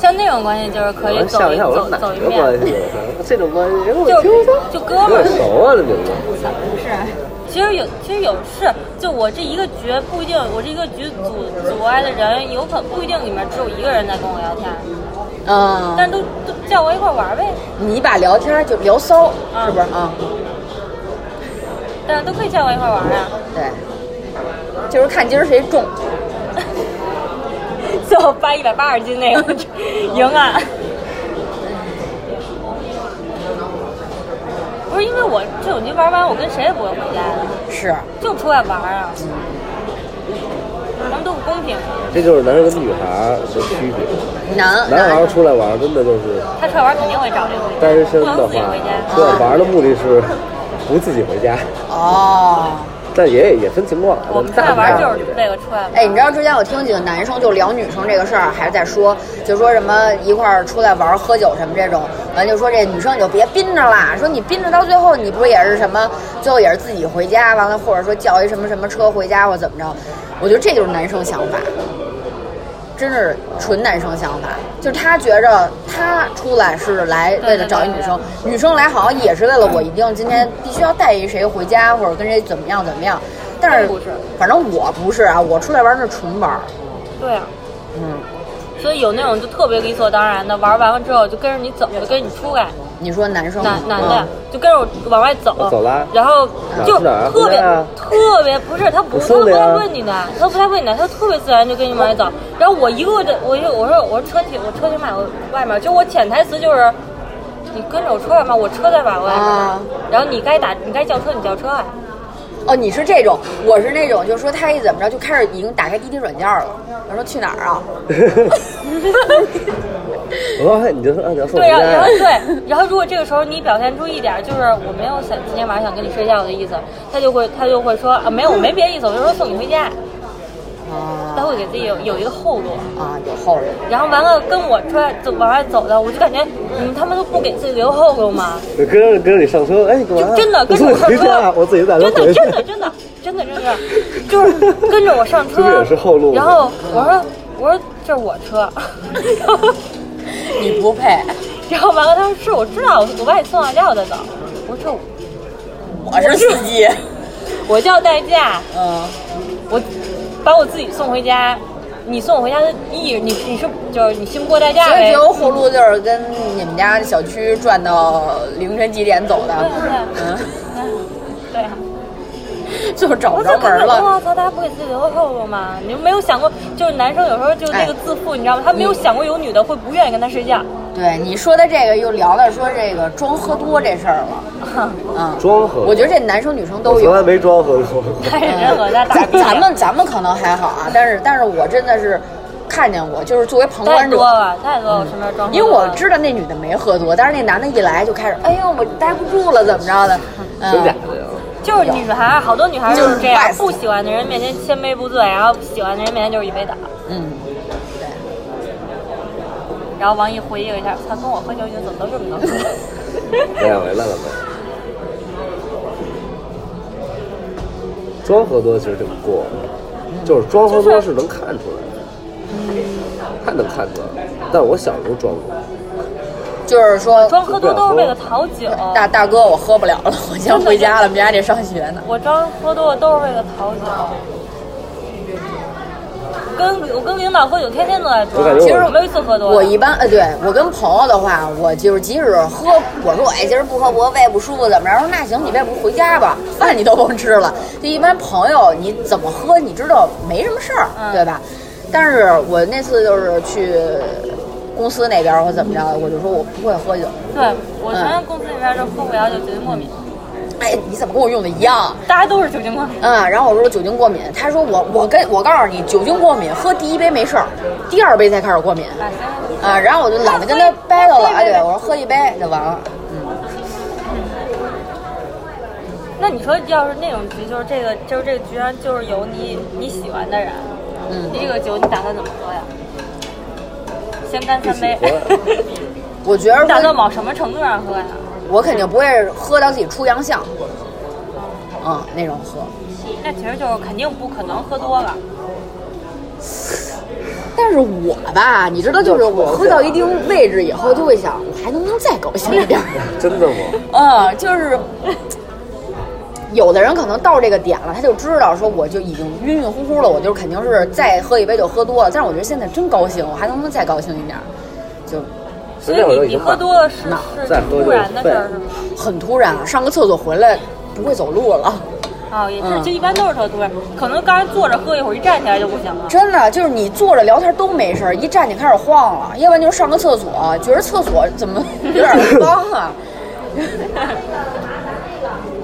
S6: 像那种关系就是可以
S7: 我
S6: 走
S7: 想
S6: 一
S7: 一下，我说
S6: 走
S7: 哪
S6: 走一
S7: 个
S6: 面，
S7: 关系？我操 这种关系，哎
S6: 就
S7: 我听着
S6: 就哥们
S7: 有点
S6: 儿。
S7: 熟啊，这名字。
S6: 其实有，其实有是，就我这一个局不一定，我这一个局阻阻碍的人，有可不一定里面只有一个人在跟我聊天，
S5: 嗯，
S6: 但都都叫我一块儿玩儿呗，
S5: 你把聊天就聊骚，是不是啊？
S6: 但是都可以叫我一块儿玩儿啊。
S5: 对，就是看今儿谁重。
S6: 最后掰一百八十斤那个赢啊！ 不是因为我这种局玩完，我跟谁也不会回家的，
S5: 是，
S6: 就出来玩儿啊。咱们都不公平，
S7: 这就是男孩跟女孩的区别。
S5: 男
S7: 男孩出来玩，真的就是
S6: 他出来玩儿肯定会找人回
S7: 单
S6: 家，
S7: 身
S6: 不 能
S7: 的
S6: 自己
S7: 话
S6: 回家，。
S7: 出来玩的目的是不自己回家，
S5: 哦。
S7: 但也也分情况。
S6: 我们出
S7: 大
S6: 来
S7: 部
S6: 玩
S7: 分
S6: 儿就是 为了出来玩儿。
S5: 哎，你知道之前我听几个男生就聊女生这个事儿，还在说，就说什么一块儿出来玩儿喝酒什么这种，完就说这女生你就别憋着啦，说你憋着到最后你不是也是什么，最后也是自己回家，完了或者说叫一什么什么车回家或怎么着，我觉得这就是男生想法，真是纯男生想法，就是他觉着他出来是来为了找一女生，女生来好像也是为了我一定今天必须要带一谁回家或者跟谁怎么样怎么样，但是
S6: 不是
S5: 反正我不是啊，我出来玩儿是纯玩儿，
S6: 对啊，嗯，所以有那种就特别理所当然的，玩完了之后就跟着你走，就跟着你出来，
S5: 你说男生
S6: 男男
S5: 嗯
S6: 的就跟着我往外走
S7: 我，走啦
S6: 然后就
S7: 哪儿去哪儿
S6: 特别
S7: 回来啊
S6: 特别不是他不
S7: 我
S6: 他
S7: 送
S6: 不
S7: 你啊
S6: 太问你的，他不太问你的，他特别自然就跟你往外走。然后我一个的，我就我说我说车停我车停马路外面，就我潜台词就是。你跟着我车外面，我车在马路外面，
S5: 啊
S6: 然后你该打，你该叫车，你叫车啊。
S5: 哦，你是这种，我是那种，就是说他一怎么着就开始已经打开滴滴软件了，我说去哪儿啊？
S7: 我说嘿，你就说啊，你要送
S6: 对，
S7: 我回
S6: 然后然
S7: 家
S6: 后。对，然后如果这个时候你表现出一点儿就是我没有想今天晚上想跟你睡觉的意思，他就会他就会说啊没有我没别的意思，我就说送你回家，他
S5: 啊，
S6: 会会给自己有有一个后路。
S5: 啊，有后人。
S6: 然后完了跟我出来走往外走的，我就感觉你们他们都不给自己留后路吗？
S7: 就跟着跟着你上车，哎，你干嘛？
S6: 就真的跟着
S7: 我
S6: 我
S7: 自己
S6: 上
S7: 回家啊，
S6: 车，
S7: 我自己打车
S6: 真
S7: 回
S6: 的
S7: 去。
S6: 真的真的真的真的， 就是跟着我上车，
S7: 这不也是后路吗啊
S6: 然后我说我说这是我车， 然后
S5: 你不配，
S6: 然后完了他说是我知道，我我把你送到家我再走。我说这
S5: 我是司机。
S6: 我叫代驾，
S5: 嗯，
S6: 我把我自己送回家。你送我回家的意义，你你是就是你信不过代驾
S5: 其实
S6: 呗
S5: 只？有后路就是跟你们家小区转到凌晨几点走
S6: 对
S5: 的，
S6: 啊对啊
S5: 嗯，
S6: 对啊。
S5: 就是找
S6: 我
S5: 不
S6: 就
S5: 着门
S6: 感觉
S5: 了。
S6: 我操，大家不给自己留后路吗？你们没有想过，就是男生有
S5: 哎
S6: 时候就那个自负，你知道吗？他没有想过有女的会不愿意跟他睡觉。
S5: 对你说的这个，又聊到说这个装喝多这事儿了。 嗯，
S7: 装喝
S5: 我觉得这男生女生
S7: 我
S5: 都
S7: 从
S5: 有
S7: 来。没装喝过。
S6: 太认真了，大家打
S5: 咱
S6: 屁
S5: 咱们咱们可能还好啊，但是但是我真的是看见过，就是作为旁
S6: 太
S5: 观
S6: 多
S5: 者，
S6: 了，太多了，我身边装。
S5: 因为我知道那女的没喝多，但是那男的一来就开始，哎呦我待不住了，怎么着的？
S7: 真假
S5: 嗯，
S7: 的呀？
S6: 就是女孩儿，好多女孩儿
S5: 就是
S6: 是这样
S5: 败，死
S6: 不喜欢的人面前千杯不醉，然后喜欢的人面前就是一杯倒。
S5: 嗯，
S6: 然后王一回忆了一下，他跟我喝酒酒怎么都这么能喝？
S5: 嗯
S7: 没有，没有没有没有。装喝多其实挺过的，就是装喝多是能看出来的，太能看出来了。但我小时候装过，
S5: 就是说
S6: 装喝多都是为了讨酒。
S5: 大大哥我喝不了了，我先回家了，明儿还得上学呢。
S6: 我装喝多都是为了讨酒。跟我跟领导喝酒，天天都在
S7: 我感
S6: 装。
S7: 觉
S6: 其实
S7: 我
S6: 我没有一次喝多的。
S5: 我一般呃，对我跟朋友的话，我就是即使喝，我说我哎今儿不喝，我胃不舒服怎么着？我说那行，你胃不舒服回家吧，饭你都甭吃了。就一般朋友你怎么喝，你知道没什么事儿，
S6: 嗯
S5: 对吧？但是我那次就是去公司那边儿或怎么着，我就说我不会喝酒。
S6: 对
S5: 嗯
S6: 我原来公司里边就喝不了酒，酒精过敏，
S5: 哎，你怎么跟我用的一样？
S6: 大家都是酒精过敏。
S5: 嗯，然后我说我酒精过敏，他说我我跟我告诉你，酒精过敏喝第一杯没事儿，第二杯才开始过敏。
S6: 哎
S5: 啊，然后我就懒得跟他掰叨了，哎，对我说喝一杯就完了。
S6: 那你说，要是那种局，就是这个，就是这个局上就是有你你喜欢的人，
S5: 嗯
S6: 你这个酒你打算怎么喝呀？先干三杯
S7: 一起，
S5: 我觉得
S6: 你打算
S5: 我
S6: 往什么程度上喝呀？
S5: 我肯定不会喝到自己出洋相，嗯，那种喝。
S6: 那其实就是肯定不可能喝多了。
S5: 但是我吧，你知道，就是我喝到一定位置以后，就会想，我还能不能再高兴一点儿？
S7: 真的吗？
S5: 嗯，就是 有的人可能到这个点了，他就知道说我就已经晕晕乎乎了，我就肯定是再喝一杯就喝多了。但是我觉得现在真高兴，我还能不能再高兴一点儿？就
S6: 所
S7: 那会
S6: 以
S7: 儿
S6: 你
S7: 已
S6: 你
S7: 经
S6: 喝多了是
S7: 再
S6: 是
S7: 喝就
S6: 突然的事儿是吗？
S5: 很突然，啊上个厕所回来不会走路了。
S6: 哦，也是，
S5: 嗯
S6: 就一般都是特突然，可能刚才坐着喝一会儿，一站起来就不行了。
S5: 真的就是你坐着聊天都没事儿，一站就开始晃了，要不然就是上个厕所，觉得厕所怎么 有点脏啊？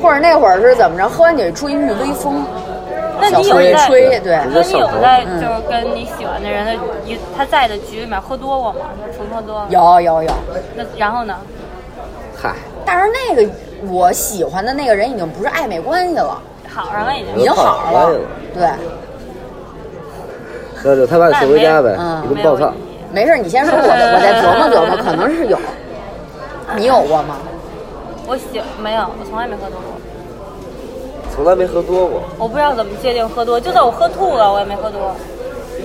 S5: 或者那会儿是怎么着？喝完酒出一遇微风，
S6: 那
S5: 小
S6: 你有
S5: 风一
S6: 在
S5: 吹，对，
S6: 那你有
S5: 嗯
S6: 在就是跟你喜欢的人的一他在的局里面喝多过吗？重喝多？。
S5: 有有有。
S6: 那然后呢？
S7: 嗨，
S5: 但是那个我喜欢的那个人已经不是暧昧关系了，
S6: 好上了已
S5: 已
S6: 经。
S5: 经好
S7: 好
S5: 了
S7: 了。
S5: 对，
S7: 那就他把你送回家呗
S5: 那，没
S6: 没
S7: 一顿暴
S6: 有
S7: 操
S6: 意。义
S5: 没事儿，你先 说我的，我再琢磨琢磨，可能是有。你有过吗？
S6: 我喜没有，我从来没喝多过。
S7: 从来没喝多过，
S6: 我不知道怎么界定喝多，就算我喝吐了，我也没喝多。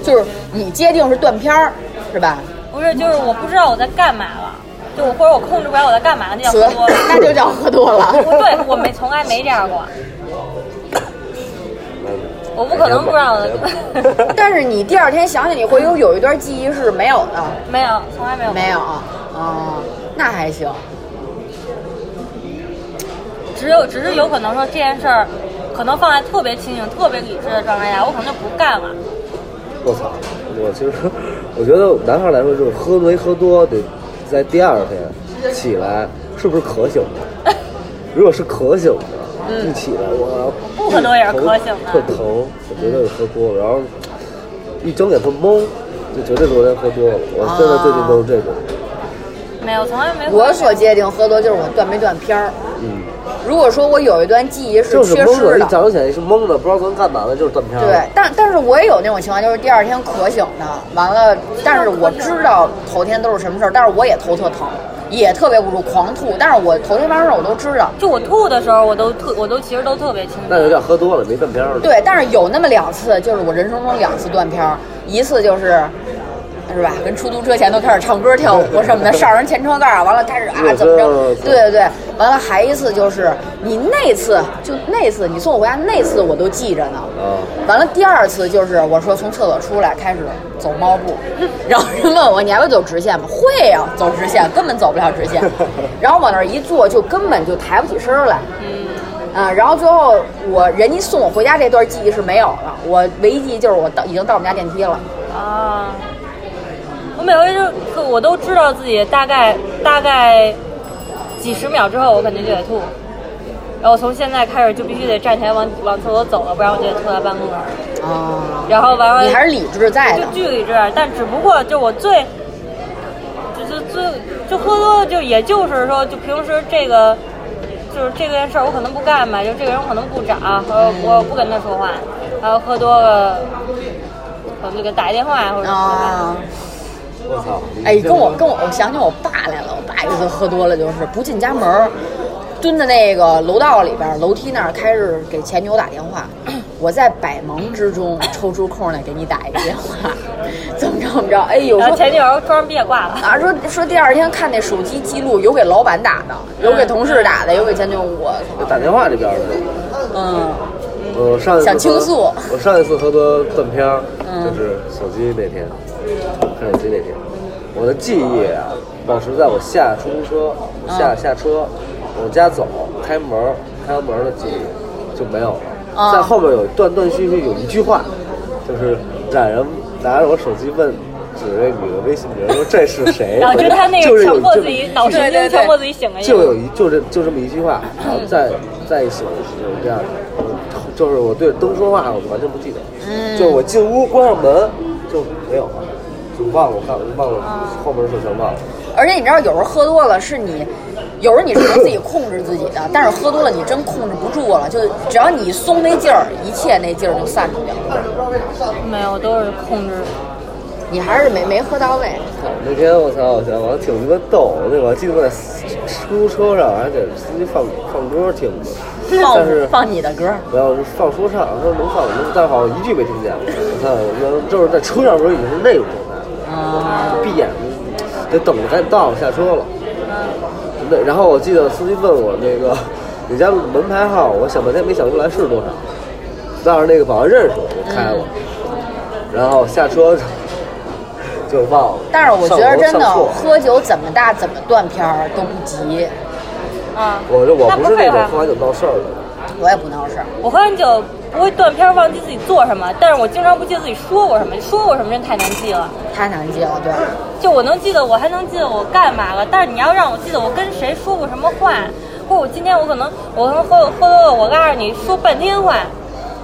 S5: 就是你界定是断片儿，是吧？
S6: 不是，就是我不知道我在干嘛了，就我或者我控制不了我在干嘛，那叫
S5: 所
S6: 喝
S5: 以
S6: 多了。
S5: 那就叫喝多了。
S6: 我对我没从来没这样过，
S7: 那
S6: 我不可能不让我
S7: 改 天吧
S5: 但是你第二天想起你会有有一段记忆是没有的，
S6: 没有，从来没有。
S5: 没有啊、哦，那还行。
S6: 只有只是有可能说这件事儿，可能放在特别清醒、特别理智的状态下，我可能就不干了。
S7: 我操！我其实我觉得男孩来说，就是喝没喝多得在第二天起来，是不是渴醒的？如果是渴醒的，
S5: 嗯
S7: 一起来我
S6: 不喝多也是渴醒
S5: 啊
S6: 的
S7: 特疼，我觉得是喝多了，然后一睁眼特懵，就觉得昨天喝多了。我现在最近都是这种，
S6: 没有，从来没喝过。
S5: 我所界定喝多就是我断没断片儿。
S7: 嗯，
S5: 如果说我有一段记忆
S7: 就是
S5: 啊缺
S7: 懵
S5: 失
S7: 的，一
S5: 了，
S7: 早上起来是懵的，不知道昨天干嘛了，就是断片儿
S5: 对
S7: 了。，
S5: 但但是我也有那种情况，就是第二天渴醒的，完了，但是我知道头天都是什么事儿，但是我也头特疼，也特别不住，狂吐，但是我头天晚上我都知道。
S6: 就我吐的时候，我都特，我都其实都特别清楚。
S7: 那有点喝多了，没断片儿了。
S5: 对，但是有那么两次，就是我人生中两次断片儿，一次就是。是吧？跟出租车前头开始唱歌跳舞什么的，上人前车盖儿，完了开始啊
S7: 有
S5: 怎么
S7: 这
S5: 着？
S7: 次
S5: 对对对，完了还一次就是你那次就那次你送我回家那次我都记着呢。
S7: 啊，
S5: 完了第二次就是我说从厕所出来开始走猫步，然后人问我你还会走直线吗？会呀、走直线根本走不了直线，然后往那儿一坐就根本就抬不起身儿来。
S6: 嗯
S5: 啊，然后最后我人家送我回家这段记忆是没有了，我唯一记忆就是我到已经到我们家电梯了。
S6: 啊，我每回就我都知道自己大概大概几十秒之后，我肯定就得吐。然后从现在开始就必须得站起来往往厕所走了，不然我就得吐在办公室。
S5: 啊，
S6: 然后完了，
S5: 你还是理智在
S6: 就
S5: 的，
S6: 距离这儿，但只不过就我最，就就最就喝多了，就也就是说，就平时这个就是这件事儿，我可能不干吧，就这个人我可能不长，呃，我不跟他说话，然后喝多了，可能就给他打一电话或者什么的。
S5: 啊，
S7: 我操！
S5: 哎，跟我跟我，我想起我爸来了，我爸有一次喝多了，就是不进家门儿，蹲在那个楼道里边儿楼梯那儿开始给前女友打电话。 我在百忙之中抽出空来给你打一电话，怎么着怎么着？哎呦，
S6: 然
S5: 说
S6: 后前女友装毕业挂了。
S5: 啊，说说第二天看那手机记录，有给老板打的，有给同事打的，有给前女友。我
S7: 那打电话这边儿的，
S5: 嗯，
S7: 我上一次
S5: 想倾诉
S7: 喝我上一次喝多断片儿，
S6: 嗯
S7: 就是手机那天，看手机那天，我的记忆啊，保持在我下出租车，
S6: 嗯
S7: 下下车，往家走，开门儿，开完门儿的记忆就没有了。
S6: 嗯
S5: 啊
S7: 在后面有断断续续有一句话，就是冉冉拿着我手机问。指着那女的微信名说：“这是谁？”
S6: 然后就是他那
S7: 就
S6: 个
S7: 是有
S6: 强迫
S7: 这
S6: 自
S7: 么
S6: 己脑神
S5: 对对
S6: 经
S5: 对
S6: 强迫自己醒了一下
S7: 就有一就这就这么一句话，然后再再一醒就是这样的，我就是我对灯说话我完全不记得，就是我进屋关上门就没有了，就忘了我看忘了后面的事全忘了，
S5: 而且你知道，有时候喝多了是你，有时候你是能自己控制自己的，但是喝多了你真控制不住了，就只要你一松那劲儿，一切那劲儿就散出去了。
S6: 没有，都是控制。
S5: 你还是没没喝到位，
S7: 哦那天我操，我操，我还挺鸡巴逗，那我还记得我在出租车上还给司机放放歌听的，但
S5: 放
S7: 是
S5: 放你的歌，
S7: 然后是放说唱，他说能放能，但好像一句没听见。我看我就是在车上的时候已经是那种状态，就闭眼得等着赶紧到了下车了。那然后我记得司机问我那个 你家门牌号，我想半天没想出来是多少，但是那个保安认识我，我开了，然后下车就就忘了。
S5: 但是我觉得
S7: 上楼
S5: 真的
S7: 上错
S5: 喝酒怎么大怎么断片儿都不急，
S6: 啊，
S7: 我这我
S6: 那
S7: 不
S6: 不
S7: 是那
S6: 废
S7: 种
S6: 话
S7: 喝
S6: 吗
S7: 完酒闹事儿的，
S5: 我也不闹事儿。
S6: 我喝完酒不会断片儿，忘记自己做什么，但是我经常不记得自己说过什么，说过什么真太难记了。
S5: 太难戒了，对，
S6: 就我能记得，我还能记得我干嘛了，但是你要让我记得我跟谁说过什么话，或者我今天我可能我可能喝喝多了，我告诉你说半天话，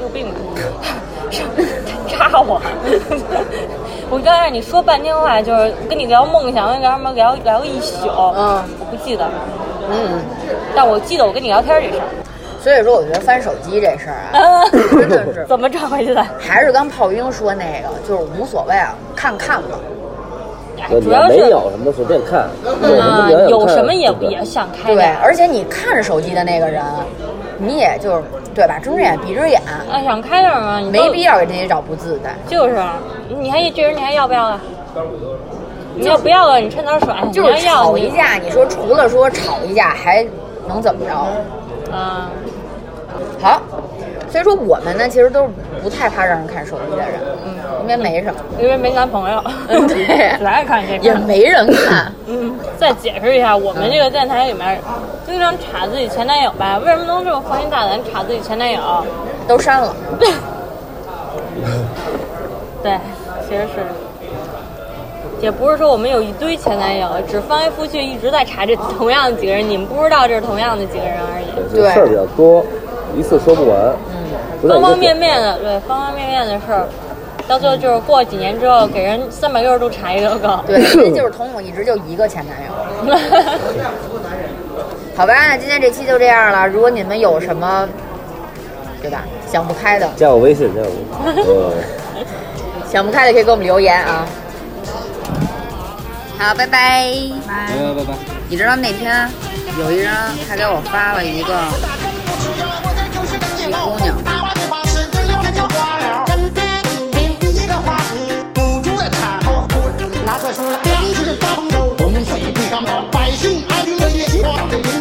S6: 有 病吧？扎我！我刚让你说半天话，就是跟你聊梦想，跟你聊什么聊聊一宿，
S5: 嗯
S6: 我不记得，
S5: 嗯，
S6: 但我记得我跟你聊天这事儿。
S5: 所以说我觉得翻手机这事儿啊， 真的是
S6: 怎么找 回去的？
S5: 还是刚炮兵说那个，就是无所谓啊，看看吧。
S7: 对
S6: 主要
S7: 没
S6: 是
S7: 有什么随便看，有什么
S6: 啊
S7: 你要想，
S6: 有
S7: 看
S6: 什么也
S7: 对不对
S6: 也想开
S5: 对，
S7: 嗯
S6: 点，
S5: 而且你看着手机的那个人，你也就是对吧？睁只眼闭只眼，
S6: 啊，想开点嘛，你
S5: 没必
S6: 要。
S5: 要给自己找不自在。
S6: 就是啊，你还这人你还要不要了？你要不要啊了，你趁早甩。
S5: 就
S6: 你要
S5: 是
S6: 要
S5: 吵
S6: 你
S5: 一架，你说除了说吵一架，还能怎么着？
S6: 啊，
S5: 好，所以说我们呢，其实都是不太怕让人看手机的人，嗯，应该没什么，
S6: 因为没男朋友，
S5: 嗯 对
S6: 哪爱看这
S5: 也
S6: 个？
S5: 没人看。
S6: 嗯，再解释一下，我们这个电台里面
S5: 嗯
S6: 经常查自己前男友吧？为什么能这么放心大胆查自己前男友？
S5: 都删了。
S6: 对，其实是。也不是说我们有一堆前男友，只翻来覆去一直在查这同样的几个人，你们不知道这是同样的几个人而已。
S7: 对，事儿比较多，一次说不完，不在一
S6: 嗯方
S7: 个
S6: 方面面的，对方方面面的事儿，到最后就是过几年之后，给人三百六十度 查一个够。
S5: 对，因为就是童总一直就一个前男友，好吧，那今天这期就这样了。如果你们有什么，对吧？想不开的，
S7: 加我微信，加 我微信。呃，
S5: 想不开的可以给我们留言啊。好，拜拜。
S7: 拜拜拜。
S5: 你知道那天啊有一人他给我发了一个，
S3: 姑娘。
S4: 拿着书来，编织的大风筝，我们可以对抗百姓安民的野心。